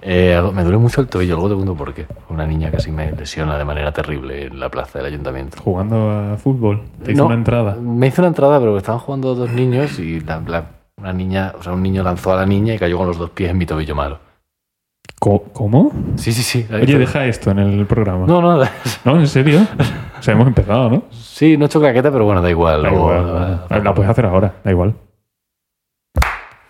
Eh, me duele mucho el tobillo, luego te cuento por qué. Una niña casi me lesiona de manera terrible en la plaza del ayuntamiento. Jugando a fútbol. Te hizo No, una entrada. Me hizo una entrada, pero estaban jugando dos niños y la- la- una niña, o sea, un niño lanzó a la niña y cayó con los dos pies en mi tobillo malo. Co- ¿Cómo? Sí, sí, sí. Oye, deja esto en el programa. No, no, No, en serio. O sea, hemos empezado, ¿no? sí, no he hecho claqueta, pero bueno, da igual. Da luego- igual. Ah, La puedes hacer ahora, da igual.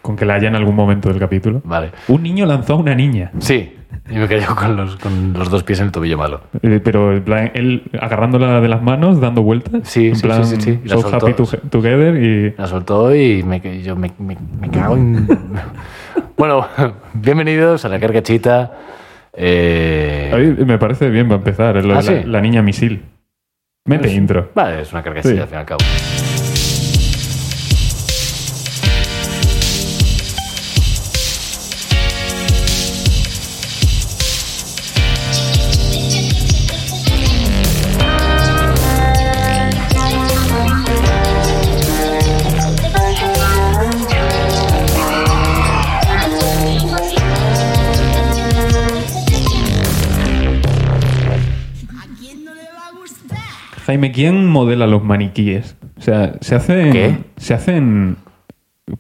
Con que la haya en algún momento del capítulo. Vale. Un niño lanzó a una niña. Sí, y me cayó con los, con los dos pies en el tobillo malo. Eh, pero en plan, él agarrándola de las manos, dando vueltas. Sí, en sí, plan, sí, sí, sí. Y la So soltó. happy to- together y. La soltó y me, ca- yo me, me- me cago en... bueno, bienvenidos a la carcachita. Eh, A mí me parece bien para empezar. eh, lo Ah, de la, sí. la niña misil. Mete intro. Vale, es una carcachita Sí. al fin y al cabo. ¿A quién no le va a gustar? Jaime, ¿quién modela los maniquíes? O sea, ¿se hacen. ¿Qué? ¿Se hacen.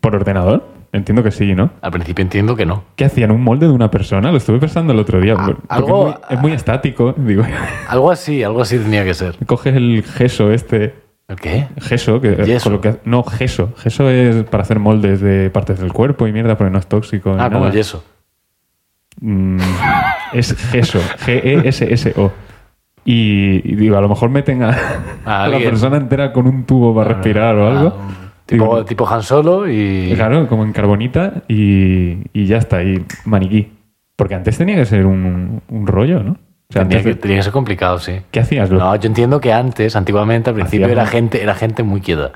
por ordenador? Entiendo que sí, ¿no? Al principio entiendo que no. ¿Qué hacían? ¿Un molde de una persona? Lo estuve pensando el otro día. porque Ah, algo- es, muy, es muy estático. Digo, Algo así, algo así tenía que ser. coges el gesso este. ¿El ¿Qué? Ah, Gesso, que Yeso. con lo que- no, gesso. Gesso es para hacer moldes de partes del cuerpo y mierda, porque no es tóxico. ni Ah, como nada. el yeso. Mm, es gesso. E G-E-S-S-O. Y, y digo, a lo mejor meten a, A a la alguien. persona entera con un tubo para respirar o algo. Ah, tipo, Digo, tipo Han Solo y... Claro, como en carbonita y, y ya está, y maniquí. Porque antes tenía que ser un, un rollo, ¿no? O sea, Tenía antes que, de- tenía que ser complicado, sí. ¿Qué hacías? Lo- No, yo entiendo que antes, antiguamente, al principio Hacías era un- gente, era gente muy quieta.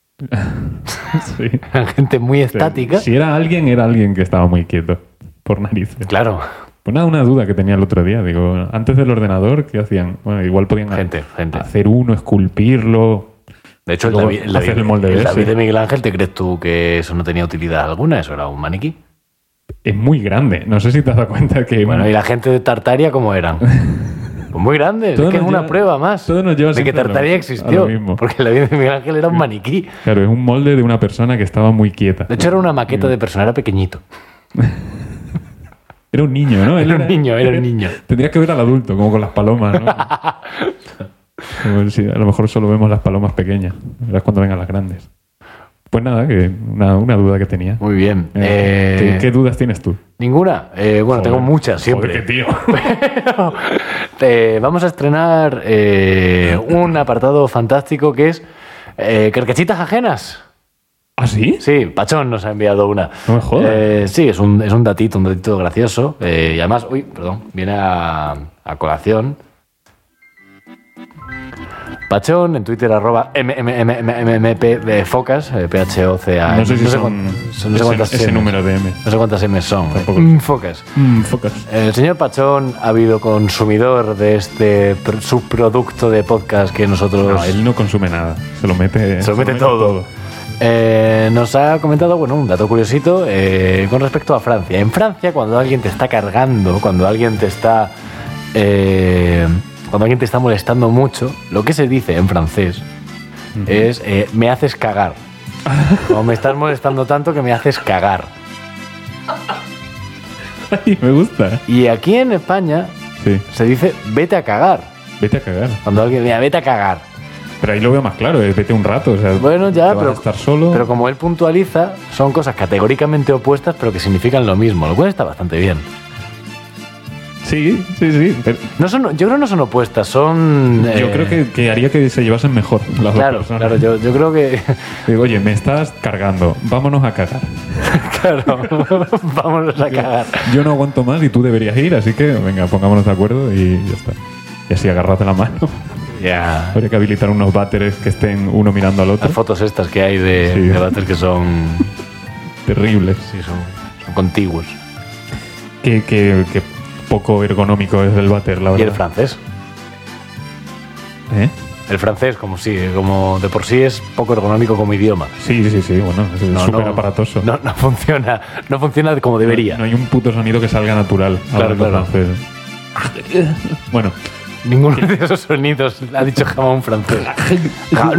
Sí. Era gente muy estática. Si era alguien, era alguien que estaba muy quieto, por narices. Claro, Pues nada, una duda que tenía el otro día. Digo, antes del ordenador, ¿qué hacían? Bueno, igual podían Gente, gente. hacer uno, esculpirlo. De hecho, el Luego David, el hacer David- el molde de el David ese. de Miguel Ángel, ¿te crees tú que eso no tenía utilidad alguna? Eso era un maniquí. Es muy grande. No sé si te has dado cuenta que... Bueno, ¿y la gente de Tartaria cómo eran? Pues muy grande, es Todo que es nos una lleva- prueba más todo nos lleva de que siempre a lo- Tartaria a lo existió. mismo. Porque el David de Miguel Ángel era un maniquí. Claro, es un molde de una persona que estaba muy quieta. De hecho, era una maqueta de persona, era pequeñito. Era un niño, ¿no? Él Era un niño, era un niño. Tendrías que ver al adulto, como con las palomas, ¿no? Como si a lo mejor solo vemos las palomas pequeñas. Verás cuando vengan las grandes. Pues nada, que una, una duda que tenía. Muy bien. Eh, Eh, ¿qué, qué dudas tienes tú? Ninguna. Eh, bueno, tengo Joder. muchas siempre. Joder, qué tío. Pero, eh, vamos a estrenar eh, un apartado fantástico que es eh, carcachitas ajenas. ¿Ah, sí? Sí, Pachón nos ha enviado una. No me jodas. Eh, sí, es un, es un datito, un datito gracioso. Eh, y además, uy, perdón, viene a, a colación. Pachón en Twitter arroba mmpfocas, P-H-O-C-A. No sé si Ah, son- cuán- ese- no sé cuántas ese Ms. número de M. No sé cuántas M son. Tampoco. Mm, Focas. Mm, focas. El señor Pachón ha habido consumidor de este pr- subproducto de podcast que nosotros No, él no consume nada. Se lo mete, se lo mete todo. Eh, nos ha comentado, bueno, un dato curiosito eh, con respecto a Francia. En Francia, cuando alguien te está cargando, cuando alguien te está. eh, cuando alguien te está molestando mucho, lo que se dice en francés es eh, me haces cagar. o me estás molestando tanto que me haces cagar. Ay, me gusta. Y aquí en España Sí. se dice vete a cagar. Vete a cagar. Cuando alguien me vete a cagar. Pero ahí lo veo más claro. es Vete un rato. O sea, Bueno, te ya, vas pero, a estar solo. pero como él puntualiza, son cosas categóricamente opuestas, pero que significan lo mismo, lo cual está bastante bien. Sí, sí, sí. Pero- No son, yo creo que no son opuestas, son... Yo eh, creo que, que haría que se llevasen mejor las Claro, dos personas. claro, yo, yo creo que... Digo, oye, me estás cargando, vámonos a cagar. claro, vámonos a cagar. Yo no aguanto más y tú deberías ir, así que venga, pongámonos de acuerdo y ya está. Y así agarrate la mano. Ya. Habría que habilitar unos váteres que estén uno mirando al otro. Las fotos estas que hay de, Sí. de váter que son... Terribles. Sí, son, son contiguos. Qué, qué- qué poco ergonómico es el váter, la Y el verdad. francés. ¿Eh? El francés, como sí, como de por sí es poco ergonómico como idioma. Sí, sí, sí, bueno, es No, súper no, aparatoso. No, no funciona, no funciona como debería. No hay un puto sonido que salga natural. Claro, hablando claro. Ah, eh. francés. Bueno, Ninguno de esos sonidos ha dicho jamás un francés. Ja-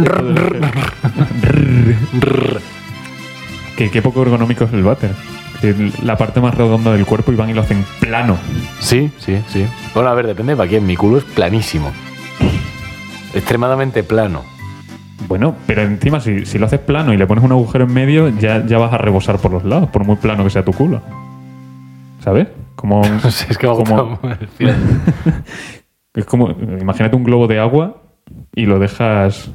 que qué poco ergonómico es el váter. Que la parte más redonda del cuerpo y van y lo hacen plano. Sí, sí, sí. Bueno, a ver, depende para quién. Mi culo es planísimo. Extremadamente plano. Bueno, pero encima si, si lo haces plano y le pones un agujero en medio, ya, ya vas a rebosar por los lados, por muy plano que sea tu culo. ¿Sabes? Como, No sé, es que me ha como, gustado decir. es como, imagínate un globo de agua y lo dejas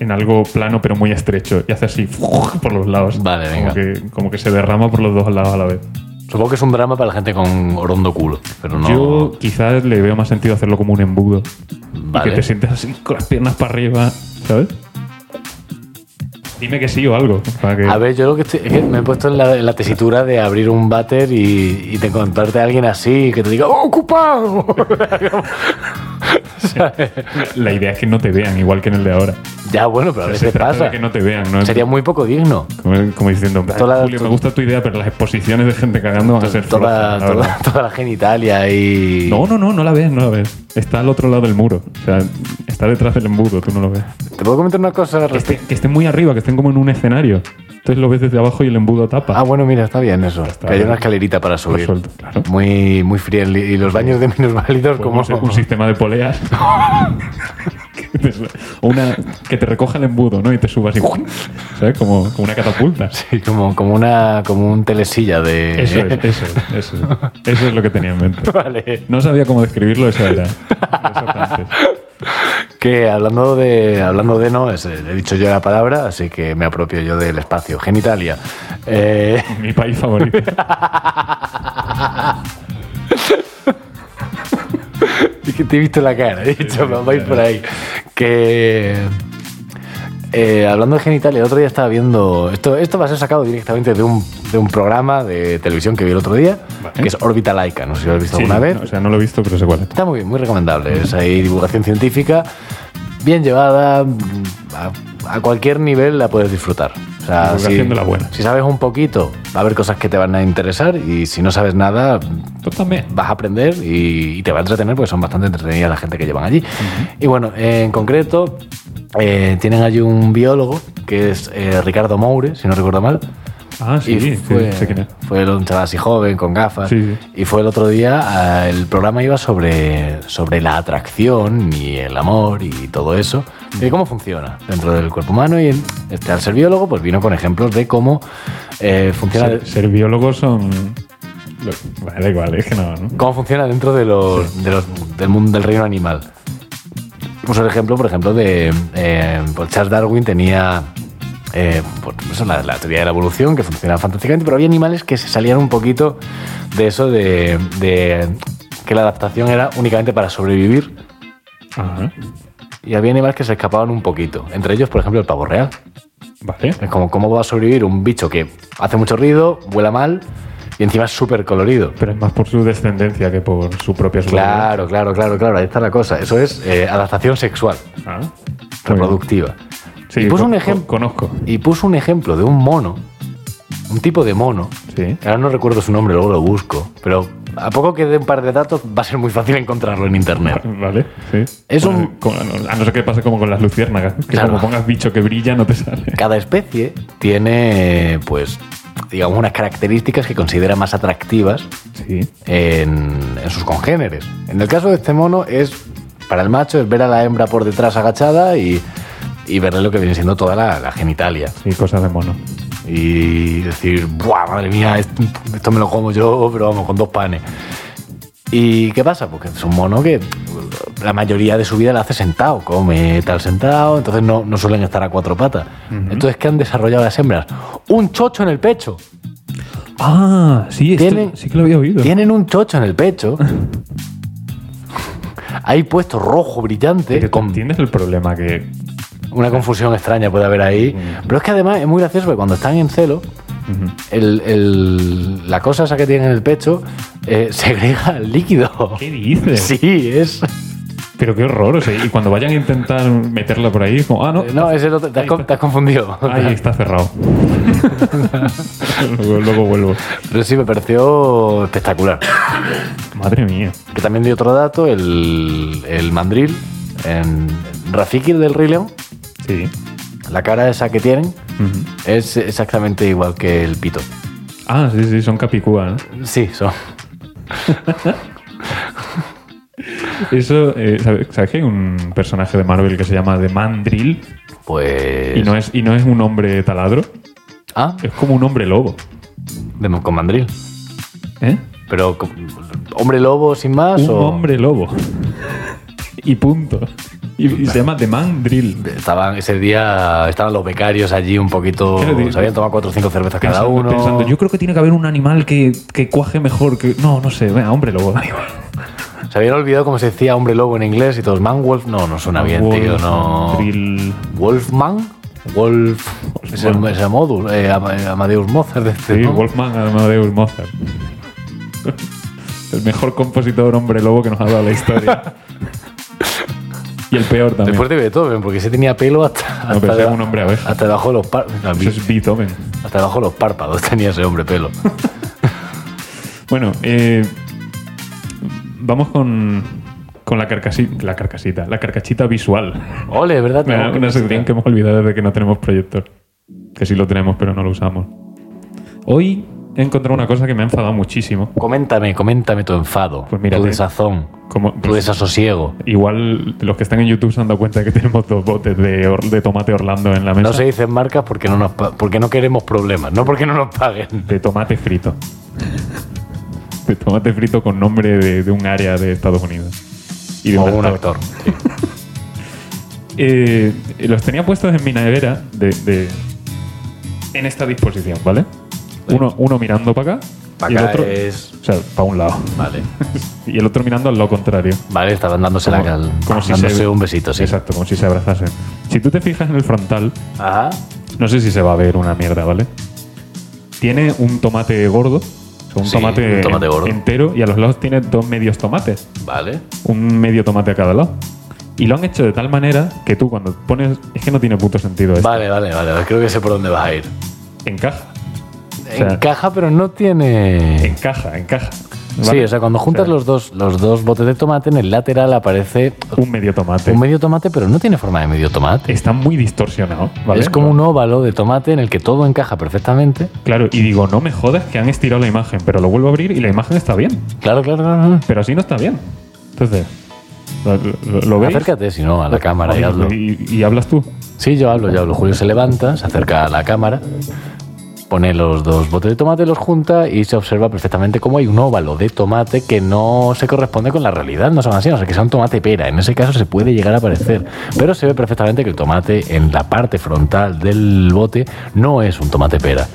en algo plano pero muy estrecho y hace así por los lados. Vale, venga. Como que, como que se derrama por los dos lados a la vez. Supongo que es un drama para la gente con orondo culo, pero no. Yo quizás le veo más sentido hacerlo como un embudo. Y vale. que te sientes así con las piernas para arriba, ¿sabes? Dime que sí o algo. Para que... A ver, yo lo que estoy. Es que me he puesto en la, en la tesitura de abrir un váter y, y de encontrarte a alguien así y que te diga ¡Oh, ocupado! ¿Sabes? La idea es que no te vean, igual que en el de ahora. ya, bueno, pero a Se veces trata de pasa. que no te vean, ¿no? Sería muy poco digno. como, como diciendo, "Ah, Toda la- Julio, me gusta tu idea, pero las exposiciones de gente cagando van a ser Toda, flojas, la toda, verdad". toda la genitalia y. No, no, no, no la ves, no la ves. Está al otro lado del muro. O sea, está detrás del embudo, tú no lo ves. ¿Te puedo comentar una cosa al Que, esté- respecto? que estén muy arriba, que estén como en un escenario. Entonces lo ves desde abajo y el embudo tapa. Ah, bueno, mira, está bien eso. está que hay bien. una escalerita para subir. suelto, claro. Pues Muy, muy friendly. Y los baños de minusválidos, Podemos hacer como. un sistema de poleas. Que te su- o una que te recoja el embudo, ¿no? Y te subas y ¿sabes? Como, como una catapulta. Sí, como, como, una, como un telesilla de. Eso es, eso es, eso es. Eso es lo que tenía en mente. Vale. No sabía cómo describirlo, esa era. Esa antes. Que hablando de, hablando de no, es- he dicho yo la palabra, así que me apropio yo del espacio. Genitalia. Eh, Mi país favorito. es que te he visto la cara, he dicho, me vais por ahí. Que. eh, hablando de genitalia, el otro día estaba viendo. Esto, esto va a ser sacado directamente de un, de un programa de televisión que vi el otro día, Vale. que es Órbita Laica. No sé si lo has visto alguna Sí, vez. no, o sea, no lo he visto, pero sé cuál es. Está muy bien, muy recomendable. Es ahí divulgación científica, bien llevada, mm, a, a cualquier nivel la puedes disfrutar. O sea, Divulgación si, de la buena. si sabes un poquito, va a haber cosas que te van a interesar y si no sabes nada, mm, Tú también. vas a aprender y, y te va a entretener porque son bastante entretenidas la gente que llevan allí. Y bueno, eh, en concreto, eh, tienen allí un biólogo que es eh, Ricardo Moure, si no recuerdo mal. Ah, sí, Y sí, fue, sé quién es. fue un chaval así joven, con gafas. Sí, sí. Y fue el otro día, ah, el programa iba sobre, sobre la atracción y el amor y todo eso, Mm. y cómo funciona dentro del cuerpo humano. Y este, al ser biólogo, pues vino con ejemplos de cómo eh, funciona, Ser, ser biólogos son. lo- Vale, da igual, es que no, ¿no? cómo funciona dentro de los, de los- del mundo del reino animal. Puso el ejemplo, por ejemplo, de eh, pues Charles Darwin tenía eh, pues eso, la, la teoría de la evolución que funcionaba fantásticamente, pero había animales que se salían un poquito de eso de, de que la adaptación era únicamente para sobrevivir Ah, Ajá. y había animales que se escapaban un poquito. Entre ellos, por ejemplo, el pavo real. Vale. Es como, ¿cómo va a sobrevivir un bicho que hace mucho ruido, vuela mal y encima es súper colorido? Pero es más por su descendencia que por su propia supervivencia. Claro, claro, claro, claro. Ahí está la cosa. Eso es eh, adaptación sexual, Ah, muy bien. reproductiva. Sí, y puso con- un ejemplo. con- Conozco. Y puso un ejemplo de un mono, un tipo de mono. Sí. que Ahora no recuerdo su nombre, luego lo busco. Pero a poco que dé un par de datos va a ser muy fácil encontrarlo en internet. Vale, sí. Es Con- un- con- a no ser que pase como con las luciérnagas, que Claro. como pongas bicho que brilla no te sale. Cada especie tiene, pues, digamos, unas características que considera más atractivas Sí. en, en sus congéneres. En el caso de este mono es, para el macho, es ver a la hembra por detrás agachada y, y verle lo que viene siendo toda la, la genitalia. Sí, cosas de mono. Y decir, ¡buah, madre mía! est- Esto, me lo como yo, pero vamos, con dos panes. ¿Y qué pasa? Porque es un mono que la mayoría de su vida la hace sentado, come tal sentado, entonces no, no suelen estar a cuatro patas. Entonces, ¿qué han desarrollado las hembras? Un chocho en el pecho. Ah, sí, esto- Tienen- sí que lo había oído. Tienen un chocho en el pecho. Ahí puesto rojo brillante. Pero Con ¿Entiendes el problema que una confusión extraña puede haber ahí. Pero es que además es muy gracioso porque cuando están en celo, el- el- la cosa esa que tienen en el pecho eh, segrega líquido. ¿Qué dices? Sí, es. Pero qué horror, o sea, y cuando vayan a intentar meterla por ahí, es como, ah, no, Eh, No, ese no te, te has, con- te has confundido. ahí está cerrado. luego, luego vuelvo. Pero sí, me pareció espectacular. Madre mía. Que también dio otro dato, el, el mandril en Rafiki del Rey León, Sí. la cara esa que tienen Ujú. es exactamente igual que el pito. Ah, sí, sí, son capicúa. ¿no? Sí, son. Eso, eh, ¿sabes, sabes que hay un personaje de Marvel que se llama The Mandrill? Pues. Y no, es, y no es un hombre taladro, Ah, es como un hombre lobo. de- con mandril. ¿Eh? Pero, con- ¿hombre lobo sin más? Un o... hombre lobo. y punto. Y, y se llama The Mandrill. Estaban ese día, estaban los becarios allí un poquito. Claro, digo, Se habían tomado cuatro o cinco cervezas cada Pensando- uno. pensando, yo creo que tiene que haber un animal que, que cuaje mejor que. No, no sé, venga, hombre Ah, lobo. Se habían olvidado cómo se decía hombre lobo en inglés y todos man wolf. No, no suena bien, tío. No. Mandrill. Wolfman. Wolf. Es el, Wolfman. es el módulo, eh, Am- eh, Amadeus Mozart. de este, Sí, ¿no? Wolfman Amadeus Mozart. El mejor compositor hombre lobo que nos ha dado la historia. y el peor también. Después de Beethoven, porque se tenía pelo hasta. No, hasta pero ese es deba- un hombre abeja. Hasta debajo de los par- Eso es Beethoven. Hasta debajo de los párpados tenía ese hombre pelo. Bueno, eh, vamos con, con la, carcasi- la carcasita, la carcachita visual. Ole, ¿verdad? Mira, Tengo que- una sección que hemos olvidado desde que no tenemos proyector. Que sí lo tenemos, pero no lo usamos. Hoy he encontrado una cosa que me ha enfadado muchísimo. Coméntame, coméntame tu enfado, Pues mira, tu te- desazón, Como, tu desasosiego. igual los que están en YouTube se han dado cuenta de que tenemos dos botes de, or- de tomate Orlando en la mesa. No se dicen marcas porque no, nos pa- porque no queremos problemas, no porque no nos paguen. De tomate frito. De tomate frito con nombre de, de un área de Estados Unidos. Y de O una un estatua. actor. Eh, los tenía puestos en mi nevera de, de- en esta disposición, ¿vale? Uno, uno mirando para acá Pa' y el acá otro, es- o sea, para un lado Vale. y el otro mirando al lado contrario. Vale, estaban dándose, la, cal- dándose un besito, sí. Exacto, como si se abrazasen. Si tú te fijas en el frontal, Ajá. no sé si se va a ver una mierda, ¿vale? Tiene un tomate gordo, o sea, un, Sí, tomate un tomate gordo. entero y a los lados tiene dos medios tomates Vale. un medio tomate a cada lado. Y lo han hecho de tal manera que tú cuando pones... Es que no tiene puto sentido esto. Vale, vale, vale. Creo que sé por dónde vas a ir. Encaja, sea- Encaja, pero no tiene. encaja, encaja. Sí, ¿Vale? o sea, cuando juntas O sea, los dos los dos botes de tomate, en el lateral aparece Un medio tomate. un medio tomate, pero no tiene forma de medio tomate. Está muy distorsionado, ¿vale? Es como un óvalo de tomate en el que todo encaja perfectamente. Claro, y digo, no me jodas que han estirado la imagen, pero lo vuelvo a abrir y la imagen está bien. Claro, claro, claro. Pero así no está bien. Entonces, ¿lo, lo- lo veis? Acércate, si no, a la cámara y hazlo. Y, y hablas tú. Sí, yo hablo, yo hablo. Julio se levanta, se acerca a la cámara, pone los dos botes de tomate, los junta y se observa perfectamente cómo hay un óvalo de tomate que no se corresponde con la realidad, no son así, o sea, que sea un tomate pera. En ese caso se puede llegar a parecer, pero se ve perfectamente que el tomate en la parte frontal del bote no es un tomate pera.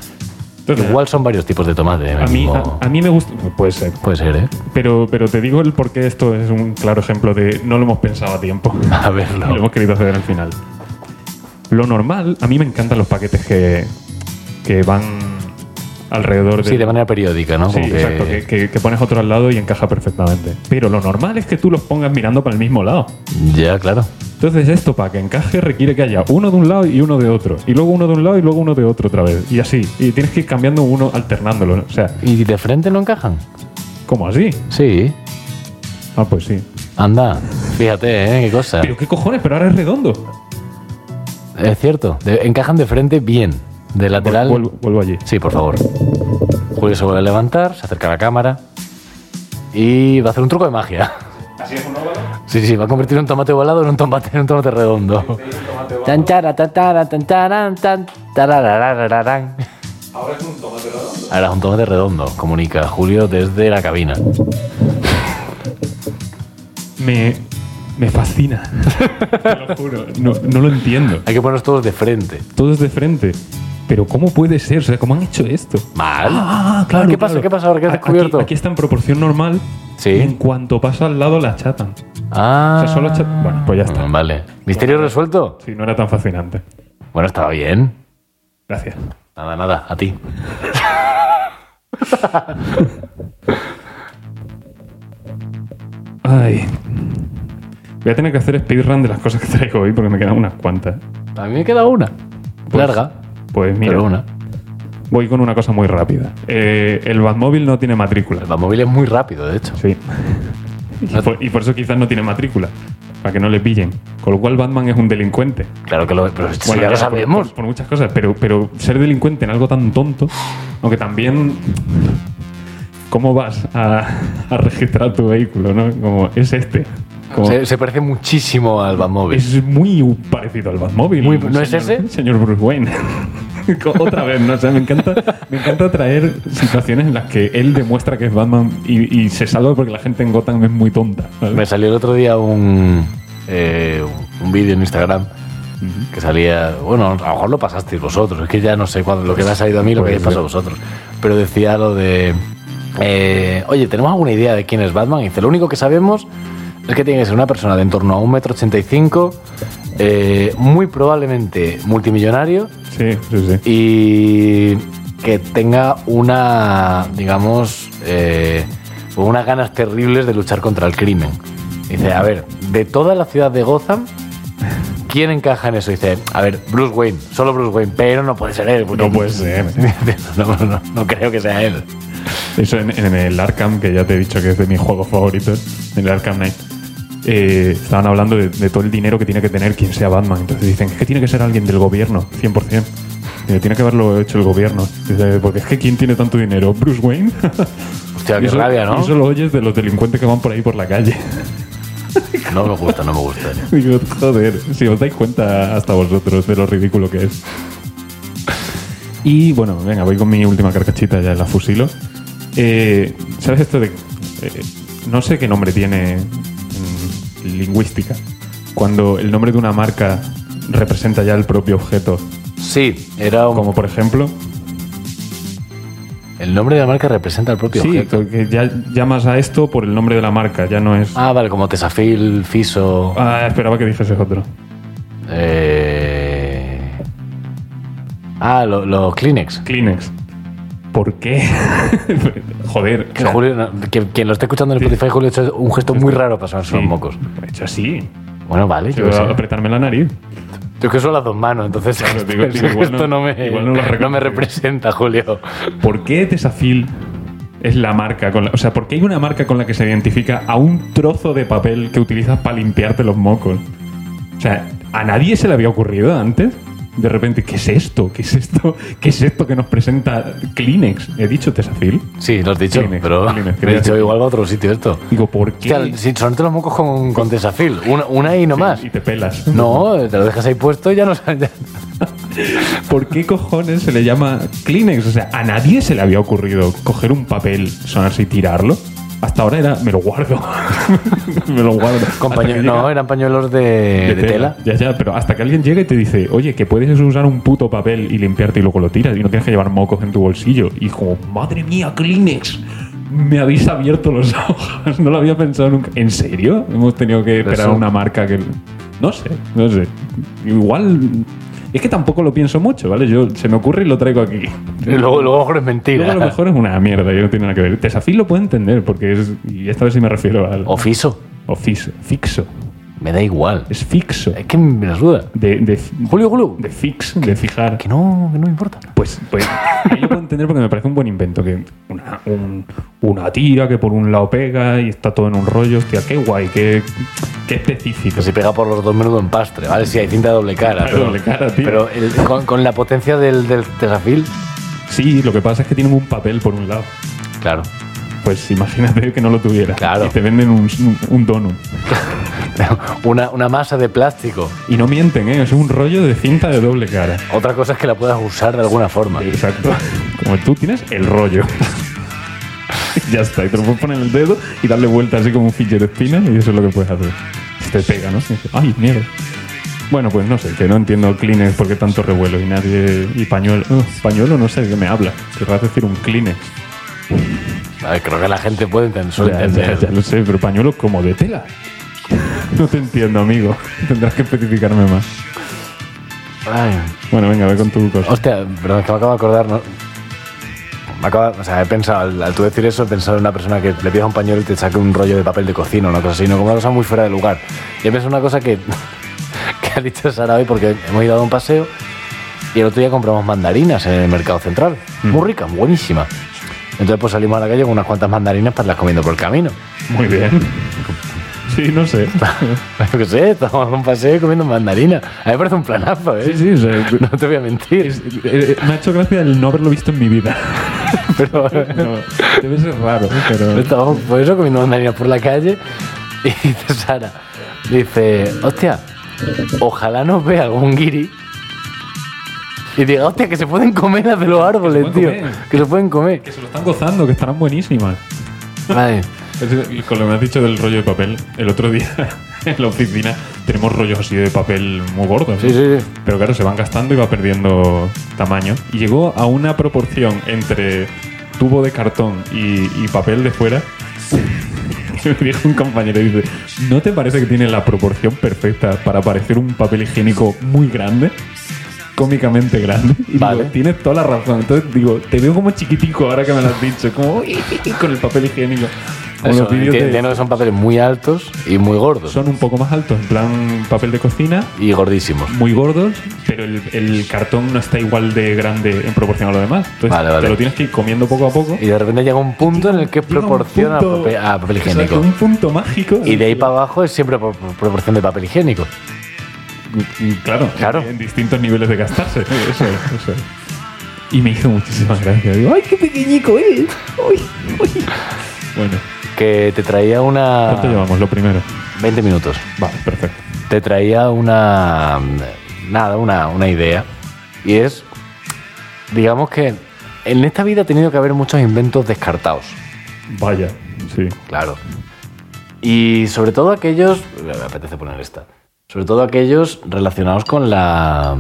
Entonces, Igual son varios tipos de tomate. en el a mí, a, mismo- a mí me gusta... Puede ser. Puede ser, ¿eh? Pero, pero te digo el por qué esto es un claro ejemplo de no lo hemos pensado a tiempo. A Lo verlo. hemos querido hacer al final. Lo normal, a mí me encantan los paquetes que, que van alrededor de. Sí, de manera periódica, ¿no? Sí, Como que- exacto, que, que- que pones otro al lado y encaja perfectamente. Pero lo normal es que tú los pongas mirando para el mismo lado. Ya, claro. Entonces, esto para que encaje requiere que haya uno de un lado y uno de otro. Y luego uno de un lado y luego uno de otro otra vez. Y así. Y tienes que ir cambiando uno alternándolo. ¿no? O sea, ¿Y de frente no encajan? ¿cómo así? Sí. Ah, pues sí. Anda, fíjate, ¿eh? Qué cosa. Pero qué cojones, pero ahora es redondo. Es cierto, de- encajan de frente bien. De lateral. Vuelvo, vuelvo allí. Sí, por favor. Julio se vuelve a levantar, se acerca a la cámara y va a hacer un truco de magia. Así es un óvalo. Sí, sí, va a convertir un tomate ovalado en un tomate, en un tomate redondo. Tan, chara, tan, tara, tan, taran, tan, tararararararán. Ahora es un tomate redondo. Ahora es un tomate redondo, comunica Julio desde la cabina. Me, me fascina. Te lo juro. No, no lo entiendo. Hay que ponernos todos de frente. Todo es de frente. Pero ¿cómo puede ser? O sea, ¿cómo han hecho esto? Mal. Ah, ¿Qué pasa? ¿Qué pasa ahora que has A- descubierto? Aquí, aquí está en proporción normal. Sí. Y en cuanto pasa al lado, la achatan. O Ah. sea, solo achatan. Bueno, pues ya está. Mm, Vale. ¿Misterio resuelto? Sí, no era tan fascinante. Bueno, estaba bien. Gracias. Nada, nada, a ti. Ay. Voy a tener que hacer speedrun de las cosas que traigo hoy porque me quedan unas cuantas. A mí me queda una. Pues, Larga, Pues mira, pero una. voy con una cosa muy rápida. Eh, el Batmóvil no tiene matrícula. El Batmóvil es muy rápido, de hecho. Sí. y, por, y por eso quizás no tiene matrícula. Para que no le pillen. Con lo cual Batman es un delincuente. Claro que lo es, pero esto Bueno, ya lo ya, por- sabemos. Por, por muchas cosas, pero, pero ser delincuente en algo tan tonto, aunque también. ¿Cómo vas a, a registrar tu vehículo? ¿no? Como es este. Como- Se, se parece muchísimo al Batmóvil. es muy parecido al Batmóvil. Muy- ¿no es ese? Señor Bruce Wayne. Co- Otra vez, ¿no? O sea, me encanta, me encanta traer situaciones en las que él demuestra que es Batman y, y se salva porque la gente en Gotham es muy tonta. ¿vale? Me salió el otro día un, eh, un vídeo en Instagram que salía, bueno, a lo mejor lo pasasteis vosotros, es que ya no sé cuándo, lo que me ha salido a mí, lo que Puede habéis pasado vosotros, pero decía lo de, eh, oye, ¿tenemos alguna idea de quién es Batman? Y dice, lo único que sabemos es que tiene que ser una persona de en torno a 1,85m, eh, muy probablemente multimillonario Sí, sí, sí. y que tenga una, digamos, eh, unas ganas terribles de luchar contra el crimen. Dice, a ver, de toda la ciudad de Gotham, ¿quién encaja en eso? Dice, a ver, Bruce Wayne, solo Bruce Wayne, pero no puede ser él. porque- No puede ser. no, no, no creo que sea él. Eso en, en el Arkham, que ya te he dicho que es de mis juegos favoritos, en el Arkham Knight. eh, estaban hablando de, de todo el dinero que tiene que tener quien sea Batman. Entonces dicen, es que tiene que ser alguien del gobierno, 100%. Eh, tiene que haberlo hecho el gobierno. Dice, porque es que ¿quién tiene tanto dinero? ¿Bruce Wayne? Hostia, Y qué eso- rabia, y ¿no? Eso lo oyes de los delincuentes que van por ahí por la calle. No me gusta, no me gusta. Digo, joder, si os dais cuenta hasta vosotros de lo ridículo que es. Y bueno, venga, voy con mi última carcachita, ya la fusilo. Eh, ¿Sabes esto de.? eh, no sé qué nombre tiene mm, lingüística. Cuando el nombre de una marca representa ya el propio objeto. Sí, era un- Como por ejemplo. El nombre de la marca representa el propio Sí, objeto. que ya llamas a esto por el nombre de la marca, ya no es. Ah, vale, como Tesafil, Fiso... Ah, esperaba que dijese otro. Eh... Ah, lo- los Kleenex. Kleenex. ¿Por qué? Joder. o Que sea, Julio, no, que- quien lo esté escuchando en Sí. Spotify, Julio ha hecho un gesto muy raro para sonarse los sí. mocos. He hecho así. Bueno, vale, yo, Yo qué sé. apretarme la nariz. Yo es que uso las dos manos, entonces Claro, digo, pensé digo, que igual esto no- no, me, igual no lo no me reconoce. representa, Julio. ¿Por qué Tesafil es la marca con la, o sea, ¿por qué hay una marca con la que se identifica a un trozo de papel que utilizas para limpiarte los mocos? O sea, a nadie se le había ocurrido antes. De repente, ¿qué es esto? ¿Qué es esto? ¿Qué es esto que nos presenta Kleenex? He dicho Tesafil. Sí, lo has dicho, Kleenex, pero Kleenex, he quería dicho decir. igual va a otro sitio esto. Digo, ¿por qué? Hostia, si sonarte los mocos con, con Tesafil, una, una y no más. Oh. Y te pelas. No, te lo dejas ahí puesto y ya no sabes. ya- ¿Por qué cojones se le llama Kleenex? O sea, a nadie se le había ocurrido coger un papel, sonarse y tirarlo. Hasta ahora era, me lo guardo. me lo guardo. Hasta con paño- que llega- no, eran pañuelos de, de tela. Ya, ya, pero hasta que alguien llegue y te dice, oye, que puedes usar un puto papel y limpiarte y luego lo tiras y no tienes que llevar mocos en tu bolsillo. Y como, madre mía, Kleenex. Me habéis abierto los ojos. No lo había pensado nunca. ¿En serio? Hemos tenido que esperar Eso. a una marca que. No sé, no sé. Igual. Es que tampoco lo pienso mucho, ¿vale? Yo se me ocurre y lo traigo aquí. Y luego, luego a lo mejor es mentira. Luego a lo mejor es una mierda y no tiene nada que ver. Tesafil lo puedo entender porque es. Y esta vez sí me refiero al. O Fiso. o fis- fixo. Me da igual. Es fixo. Es que me las duda. De, de, Julio, Julio. de fix, de fijar. Que no, que no me importa. Pues, pues ahí lo puedo entender porque me parece un buen invento. Que una, un- una tira que por un lado pega y está todo en un rollo. Hostia, qué guay, qué, qué específico. Que se pega por los dos menudo en pastre, ¿vale? Sí, hay cinta de doble cara. Claro, doble cara, tío. pero el- con, con la potencia del, del Tesafil, Sí, lo que pasa es que tienen un papel por un lado. claro. Pues imagínate que no lo tuviera. Claro. Y te venden un, un donut. Una, una masa de plástico. Y no mienten, ¿eh? Es un rollo de cinta de doble cara. Otra cosa es que la puedas usar de alguna forma. Exacto. Como tú tienes el rollo. ya está. Y te lo puedes poner en el dedo y darle vuelta así como un fidget de espina y eso es lo que puedes hacer. Si te pega, ¿no? Si dices, Ay, mierda. Bueno, pues no sé, que no entiendo Kleenex porque tanto revuelo y nadie. Y pañuelo. Oh, pañuelo no sé de qué me habla. Querrás decir un Kleenex. A ver, creo que la gente puede entender. suele Ya, ya, entender. ya lo sé, pero pañuelo como de tela. No te entiendo, amigo. Tendrás que especificarme más. Ay, Bueno, venga, ve con tu cosa. hostia, perdón, es que me acabo de acordar. ¿no? Me acaba- o sea, he pensado, al, al tú decir eso, he pensado en una persona que le pidas un pañuelo y te saque un rollo de papel de cocina, una cosa así, no como una cosa muy fuera de lugar. Y he pensado en una cosa que, que ha dicho Sara hoy, porque hemos ido a dar un paseo y el otro día compramos mandarinas en el mercado central. Mm. Muy ricas, buenísimas. Entonces, pues salimos a la calle con unas cuantas mandarinas para las comiendo por el camino. Muy bien. Sí, no sé. Yo qué sé, estamos en un paseo y comiendo mandarinas. A mí me parece un planazo, ¿eh? Sí, sí, o sea, No te voy a mentir. es- eh, me ha hecho gracia el no haberlo visto en mi vida. Pero No, debe ser raro, pero... estábamos por eso comiendo mandarinas por la calle y dice Sara, dice, hostia, ojalá nos vea algún guiri. Y diga, hostia, que se pueden comer las de los árboles, pueden tío. comer. Que se pueden comer. Que se lo están gozando, que estarán buenísimas. Vale. Es- Con lo que me has dicho del rollo de papel, el otro día en la oficina tenemos rollos así de papel muy gordos. Sí, ¿no? sí, sí. Pero claro, se van gastando y va perdiendo tamaño. Y llegó a una proporción entre tubo de cartón y, y papel de fuera. que me dijo un compañero y dice, ¿no te parece que tiene la proporción perfecta para parecer un papel higiénico muy grande? Cómicamente grande. Y digo, Vale. tienes toda la razón. Entonces digo, te veo como chiquitico ahora que me lo has dicho. Como "Uy", con el papel higiénico. Como Eso, los vídeos de- entiendo que son papeles muy altos y muy gordos. son un poco más altos, en plan papel de cocina, Y gordísimos. muy gordos, pero el, el cartón no está igual de grande en proporción a lo demás. Entonces Vale, vale. te lo tienes que ir comiendo poco a poco. Y de repente llega un punto en el que es Llega un proporción a punto- papel, a papel exacto, higiénico. un punto mágico. Y de ahí para abajo es siempre por, por proporción de papel higiénico. mm, Claro, Claro. En, distintos niveles de gastarse. Eso es, eso es. Y me hizo muchísimas gracias. Digo, ¡ay, qué pequeñico es! ¡Uy, uy! Bueno, Que te traía una... ¿cuánto llevamos? Lo primero. 20 minutos. Vale, perfecto. Te traía una... Nada, una, una idea. Y es... Digamos que en esta vida ha tenido que haber muchos inventos descartados. Vaya, sí. Claro. Y sobre todo aquellos... Me apetece poner esta. Sobre todo aquellos relacionados con la...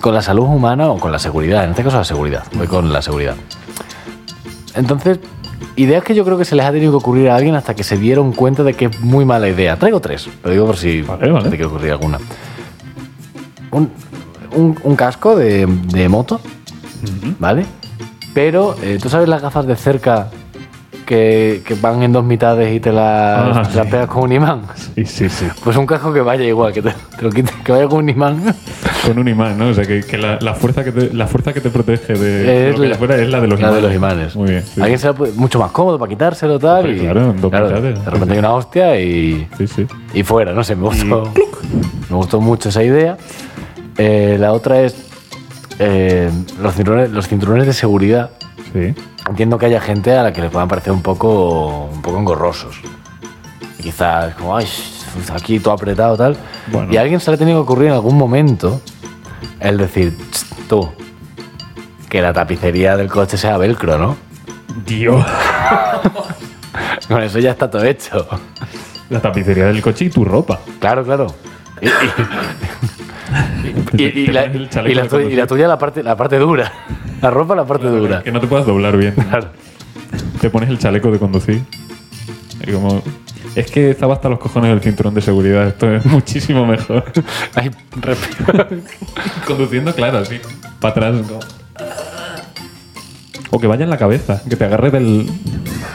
Con la salud humana o con la seguridad. En este caso la seguridad. Voy con la seguridad. Entonces, ideas que yo creo que se les ha tenido que ocurrir a alguien hasta que se dieron cuenta de que es muy mala idea. Traigo tres, lo digo por si Vale, vale. se te quiere ocurrir alguna. Un, un- un casco de, de moto, ¿vale? Pero, eh, ¿tú sabes las gafas de cerca que, que van en dos mitades y te las Ah, te las sí. pegas con un imán? Sí, sí, sí. Pues un casco que vaya igual, que te, te lo quite- que vaya con un imán. Con un imán, ¿no? O sea, que, que la, la fuerza que te, la fuerza que te protege de, Es lo que hay la- afuera es la de los La imanes. de los imanes. Muy bien. sí. Alguien se la puede- mucho más cómodo para quitárselo tal. Hombre, y, claro, en dos mitades. De repente hay una hostia y, Sí, sí. y fuera, no sé, me Mm. gustó. Me gustó mucho esa idea. Eh, la otra es eh, los, cinturones, los cinturones de seguridad. Sí. Entiendo que haya gente a la que le puedan parecer un poco, un poco engorrosos. Quizás como, ay, pues aquí todo apretado tal. Bueno. Y a alguien se le ha tenido que ocurrir en algún momento el decir, "Ch, tú, que la tapicería del coche sea velcro, ¿no? Dios. Con eso ya está todo hecho. La tapicería del coche y tu ropa. Claro, claro. Y, y- y- y Te la, pones el chaleco y la de tu- y la conducir. tuya la parte, la parte dura. La ropa la parte dura. Que no te puedas doblar bien. Claro. Te pones el chaleco de conducir. Y como, es que estaba hasta los cojones del cinturón de seguridad. Esto es muchísimo mejor. Ay, respira. Conduciendo, claro, así. Para atrás. como- O que vaya en la cabeza. Que te agarre del...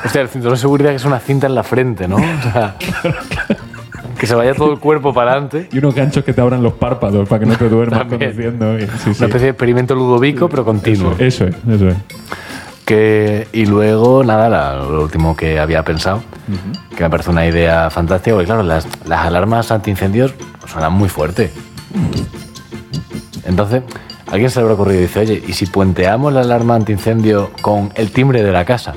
Hostia, el cinturón de seguridad que es una cinta en la frente, ¿no? O sea, que se vaya todo el cuerpo para adelante. Y unos ganchos que te abran los párpados para que no te duermas También. conduciendo. y- sí, sí. Una especie de experimento ludovico, pero continuo. Eso es, eso es. Que, y luego, nada, la- lo último que había pensado, que me parece una idea fantástica, porque claro, las, las alarmas antiincendios suenan muy fuerte. Entonces, a alguien se le habrá ocurrido y dice, oye, ¿y si puenteamos la alarma antiincendio con el timbre de la casa?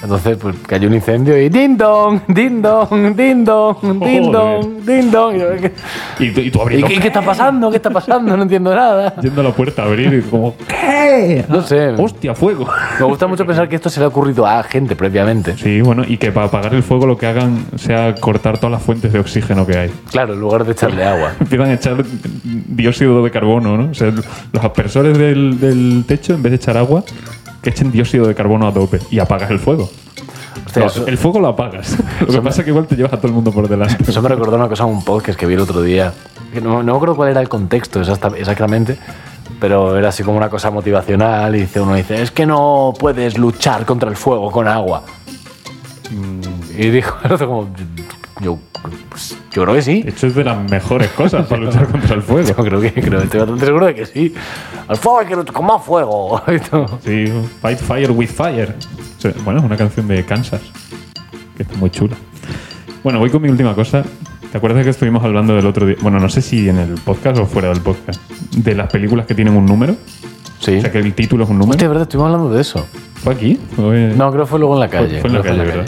Entonces, pues que hay un incendio y ¡Ding dong! ¡Ding dong! ¡Ding dong! ¡Ding dong! ¡Ding dong! Y yo, ¿qué- Y tú, y tú ¿Y abriendo- qué, qué está pasando? ¿Qué está pasando? No entiendo nada. Yendo a la puerta a abrir y como, ¿qué? No sé. ¡Hostia, fuego! Me gusta mucho pensar que esto se le ha ocurrido a gente previamente. Sí, bueno, y que para apagar el fuego lo que hagan sea cortar todas las fuentes de oxígeno que hay. Claro, en lugar de echarle agua. Empiezan a echar dióxido de carbono, ¿no? O sea, los aspersores del, del techo, en vez de echar agua, que echen dióxido de carbono a tope y apagas el fuego. O sea, No, eso, el fuego lo apagas. Lo que pasa es que igual te llevas a todo el mundo por delante. eso me recordó una cosa, un podcast que vi el otro día. que no, no me acuerdo cuál era el contexto exacta- exactamente, pero era así como una cosa motivacional y dice uno dice, es que no puedes luchar contra el fuego con agua. Mm, Y dijo el otro como, yo, pues, yo creo que sí. De hecho, es de las mejores cosas para luchar contra el Yo fuego. creo que creo, estoy bastante seguro de que sí. Al fuego hay que luchar con más fuego. Y todo. Sí, Fight Fire with Fire. O sea, Bueno, es una canción de Kansas, que está muy chula. Bueno, voy con mi última cosa. ¿Te acuerdas que estuvimos hablando del otro día? Bueno, no sé si en el podcast o fuera del podcast. De las películas que tienen un número. Sí. O sea, que el título es un número. Hostia, es verdad, estuvimos hablando de eso. ¿Fue aquí? ¿Fue- No, creo que fue luego en la calle. fue en la creo que calle,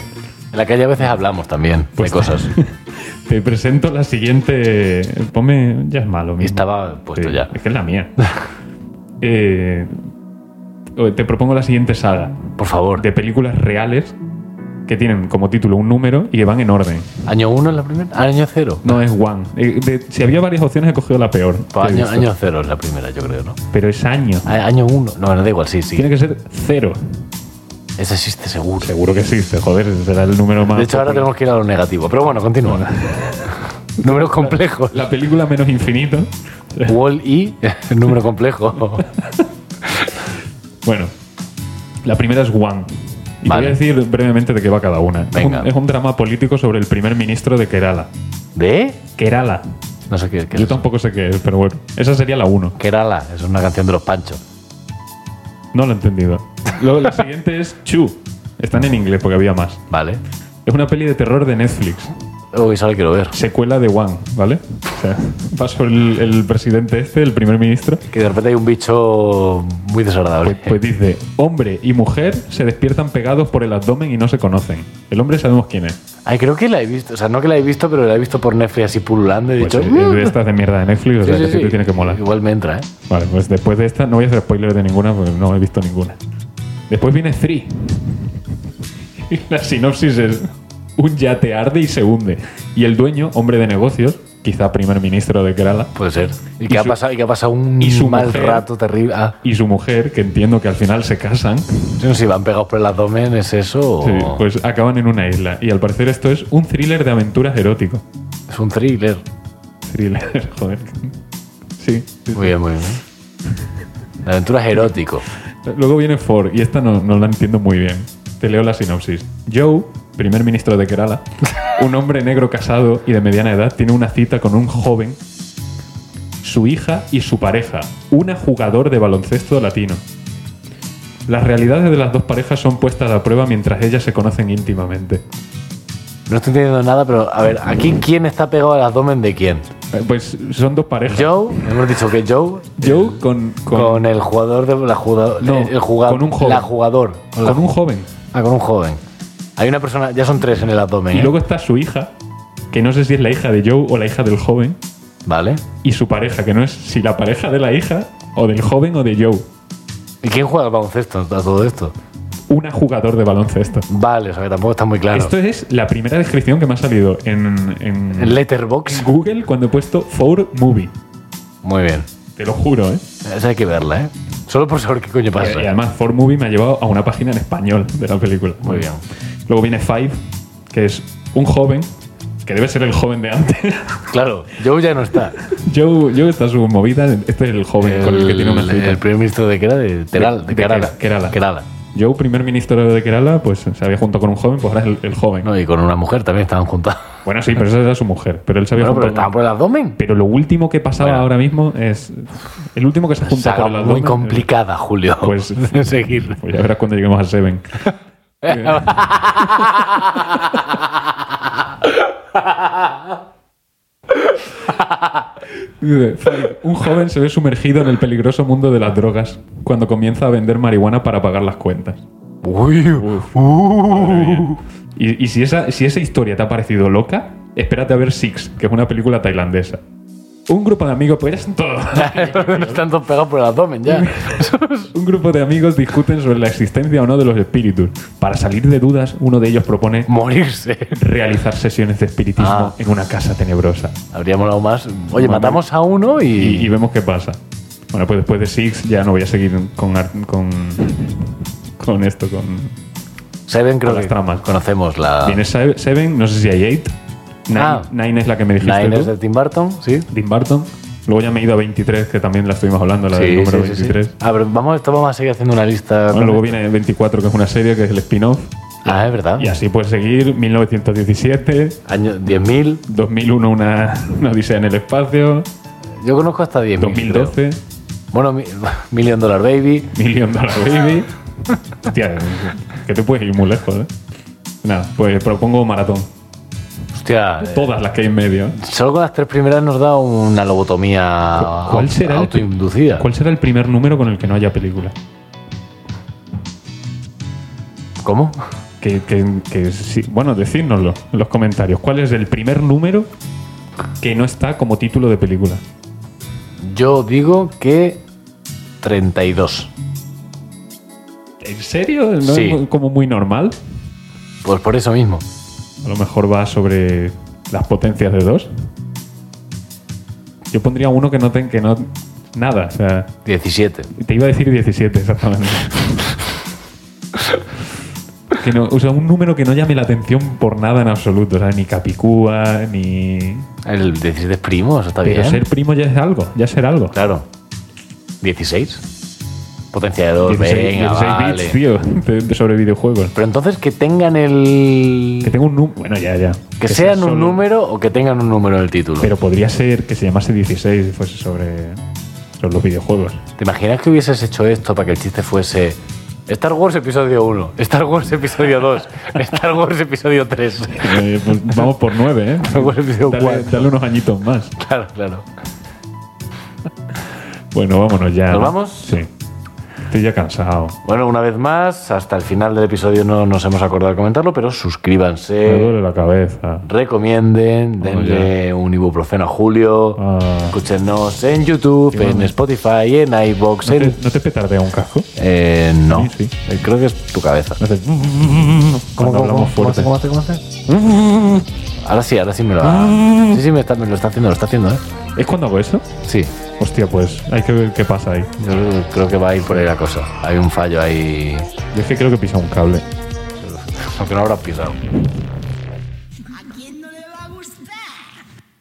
En la calle a veces hablamos también de Pues- cosas. Te presento la siguiente. Ponme. Ya es malo. Y mismo. estaba puesto Sí, ya. Es que es la mía. Eh, te propongo la siguiente saga Por favor. de películas reales que tienen como título un número y que van en orden. ¿Año 1 es la primera? Ah, ¿Año 0? No es one. Eh, de- si había varias opciones, he cogido la peor. que he Pues año, visto. año 0 es la primera, yo creo, ¿no? Pero es año. A- Año 1. No, no da igual, sí, sí. Tiene que ser cero. Ese existe seguro. Seguro que sí. Joder, será el número más. De hecho, ahora tenemos que ir a lo negativo. Pero bueno, continúa. Números complejos. La película menos infinito. Wall y número complejo. Bueno, la primera es One. Y Vale. te voy a decir brevemente de qué va cada una. Es un- Venga. Es, un, drama político sobre el primer ministro de Kerala. ¿De? Kerala. No sé qué, qué Yo es. tampoco sé qué es, pero bueno. Esa sería la uno. Kerala, es una canción de los panchos. No lo he entendido. Luego la siguiente es Chu. Están en inglés porque había más. Vale. Es una peli de terror de Netflix. Uy, eso lo quiero ver. Secuela de One, ¿vale? O sea, va sobre el, el presidente este, el primer ministro. Que de repente hay un bicho muy desagradable. Pues, pues dice, hombre y mujer se despiertan pegados por el abdomen y no se conocen. El hombre sabemos quién es. Ay, creo que la he visto. O sea, no que la he visto, pero la he visto por Netflix así pululando. Y he Pues dicho. sí, es de "Mm". estas de mierda de Netflix, o sea, Sí, que sí, sí te sí. tiene que molar. Igual me entra, ¿eh? Vale, pues después de esta no voy a hacer spoiler de ninguna porque no he visto ninguna. Después viene Three. Y la sinopsis es un yate arde y se hunde. Y el dueño, hombre de negocios, quizá primer ministro de Kerala, Puede ser. Y, Y que, ha su- pasado, y que ha pasado un y su mal mujer. rato terrible. Ah, y su mujer, que entiendo que al final se casan, yo no sé si van pegados por el abdomen, ¿es eso? o- sí, pues acaban en una isla. Y al parecer esto es un thriller de aventuras erótico. Es un thriller. Thriller, joder. Sí. sí. Muy bien, muy bien. La aventura es erótico. Luego viene Ford, y esta no, no la entiendo muy bien. Te leo la sinopsis. Joe, primer ministro de Kerala, un hombre negro casado y de mediana edad, tiene una cita con un joven, su hija y su pareja, una jugador de baloncesto latino. Las realidades de las dos parejas son puestas a prueba mientras ellas se conocen íntimamente. No estoy entendiendo nada, pero a ver, aquí quién está pegado al abdomen de quién. Eh, Pues son dos parejas. Joe, hemos dicho que Joe Joe con, con, con, el jugador de la jugador, No, el jugador, con un joven. la jugador, con la- un joven. ah, con un joven. Hay una persona, ya son tres en el abdomen, Y ¿eh? luego está su hija, que no sé si es la hija de Joe o la hija del joven, ¿vale? y su pareja, que no es si la pareja de la hija o del joven o de Joe. ¿Y quién juega al baloncesto a todo esto? Una jugador de baloncesto. Vale, o sea que tampoco está muy claro. Esto es la primera descripción que me ha salido en, en- El Letterbox, en Google cuando he puesto Four Movie. muy bien. Te lo juro, ¿eh? Esa hay que verla, ¿eh? Solo por saber qué coño pasa. Y además Four Movie me ha llevado a una página en español de la película. Muy bien. Luego viene Five, que es un joven, que debe ser el joven de antes. Claro, Joe ya no está. Joe, Joe está su movida, este es el joven con el que tiene una cita. el primer ministro de Kerala, de, Teral- de de Kerala. Kerala. Joe, primer ministro de Kerala, pues se había juntado con un joven, pues ahora es el, el joven. No, y con una mujer también estaban juntas. Bueno, sí, pero esa era su mujer. Pero él se había Bueno, pero juntado estaban con- por el abdomen. Pero lo último que pasaba Bueno. ahora mismo es. El último que se junta Saga con las muy complicada, Julio. Pues- de seguir. Pues ya verás cuando lleguemos al Seven. Dice, "Five, Un joven se ve sumergido en el peligroso mundo de las drogas cuando comienza a vender marihuana para pagar las cuentas. Uy, Y, y si, esa, si esa historia te ha parecido loca, espérate a ver Six, que es una película tailandesa. Un grupo de amigos, pues ya son todos. no están todos pegados por el abdomen ya. Un grupo de amigos discuten sobre la existencia o no de los espíritus. Para salir de dudas, uno de ellos propone Morirse. realizar sesiones de espiritismo Ah. en una casa tenebrosa. Habría molado más. Oye, Mamá. matamos a uno Y, y y. vemos qué pasa. Bueno, pues después de Six ya no voy a seguir con, ar- con, con esto. Con... Seven, creo con las que tramas. conocemos la. Viene Se- Seven, no sé si hay Eight. Nine, Ah. Nine es la que me dijiste Nine tú. es de Tim Burton, sí. Tim Burton. Luego ya me he ido a 23, que también la estuvimos hablando, la del número 23. Ah, pero vamos, esto vamos a seguir haciendo una lista. Bueno, con- luego viene 24, que es una serie, que es el spin-off. Ah, es verdad. Y así puedes seguir. 1917, Año 10.000. 2001, una, una odisea en el espacio. Yo conozco hasta 10.000. 2012, creo. Bueno, mi- Million Dollar Baby. Million Dollar Baby. Hostia, que te puedes ir muy lejos, ¿eh? Nada, pues propongo maratón. Hostia. eh, Todas las que hay en medio. ¿eh? Solo con las tres primeras nos da una lobotomía ¿Cuál será el- Ah, autoinducida. ¿Cuál será el primer número con el que no haya película? ¿Cómo? Que, que- que sí- bueno, decídnoslo en los comentarios. ¿Cuál es el primer número que no está como título de película? Yo digo que 32. ¿En serio? ¿No Sí. es muy- como muy normal? Pues por eso mismo. A lo mejor va sobre las potencias de dos. Yo pondría uno que no ten, que no nada, o sea, 17. te iba a decir 17 exactamente. que no, o sea, un número que no llame la atención por nada en absoluto, o sea, ni Capicúa, ni El 17 es primo, eso está pero bien. ser primo ya es algo, ya ser algo. Claro. 16. Potencia de 2, 16 venga, 16 vale. bits, tío, de- de sobre videojuegos. Pero entonces que tengan el... Que tenga un número, bueno, ya, ya. Que sean sea un solo- número o que tengan un número en el título. Pero podría ser que se llamase 16 y fuese sobre, sobre los videojuegos. ¿Te imaginas que hubieses hecho esto para que el chiste fuese Star Wars episodio 1, Star Wars episodio 2, Star Wars episodio 3? Eh, pues vamos por nueve, ¿eh? Vamos por el video dale, cuatro. dale unos añitos más. Claro, claro. Bueno, vámonos ya. ¿Nos ¿no? vamos? Sí. Estoy ya cansado. Bueno, una vez más, hasta el final del episodio no nos hemos acordado de comentarlo, pero Me suscríbanse, duele la cabeza. recomienden, Vamos denle un ibuprofeno a Julio, Oh, Ah. escúchenos en YouTube, en Spotify, en iBox, ¿No te, en... ¿No te petardea un casco? Eh, no, Sí, sí. Eh, creo que es tu cabeza. No hace- Cuando hablamos fuerte. Ahora sí, ahora sí me lo ha... Ah. Sí, sí, me, está, me lo está haciendo, lo está haciendo, ¿eh? ¿Es cuando hago eso? Sí, Hostia, pues hay que ver qué pasa ahí. yo creo que va a ir por ahí la cosa. Hay un fallo ahí... Yo es que creo que pisa un cable. Aunque no habrá pisado. ¿A quién no le va a gustar?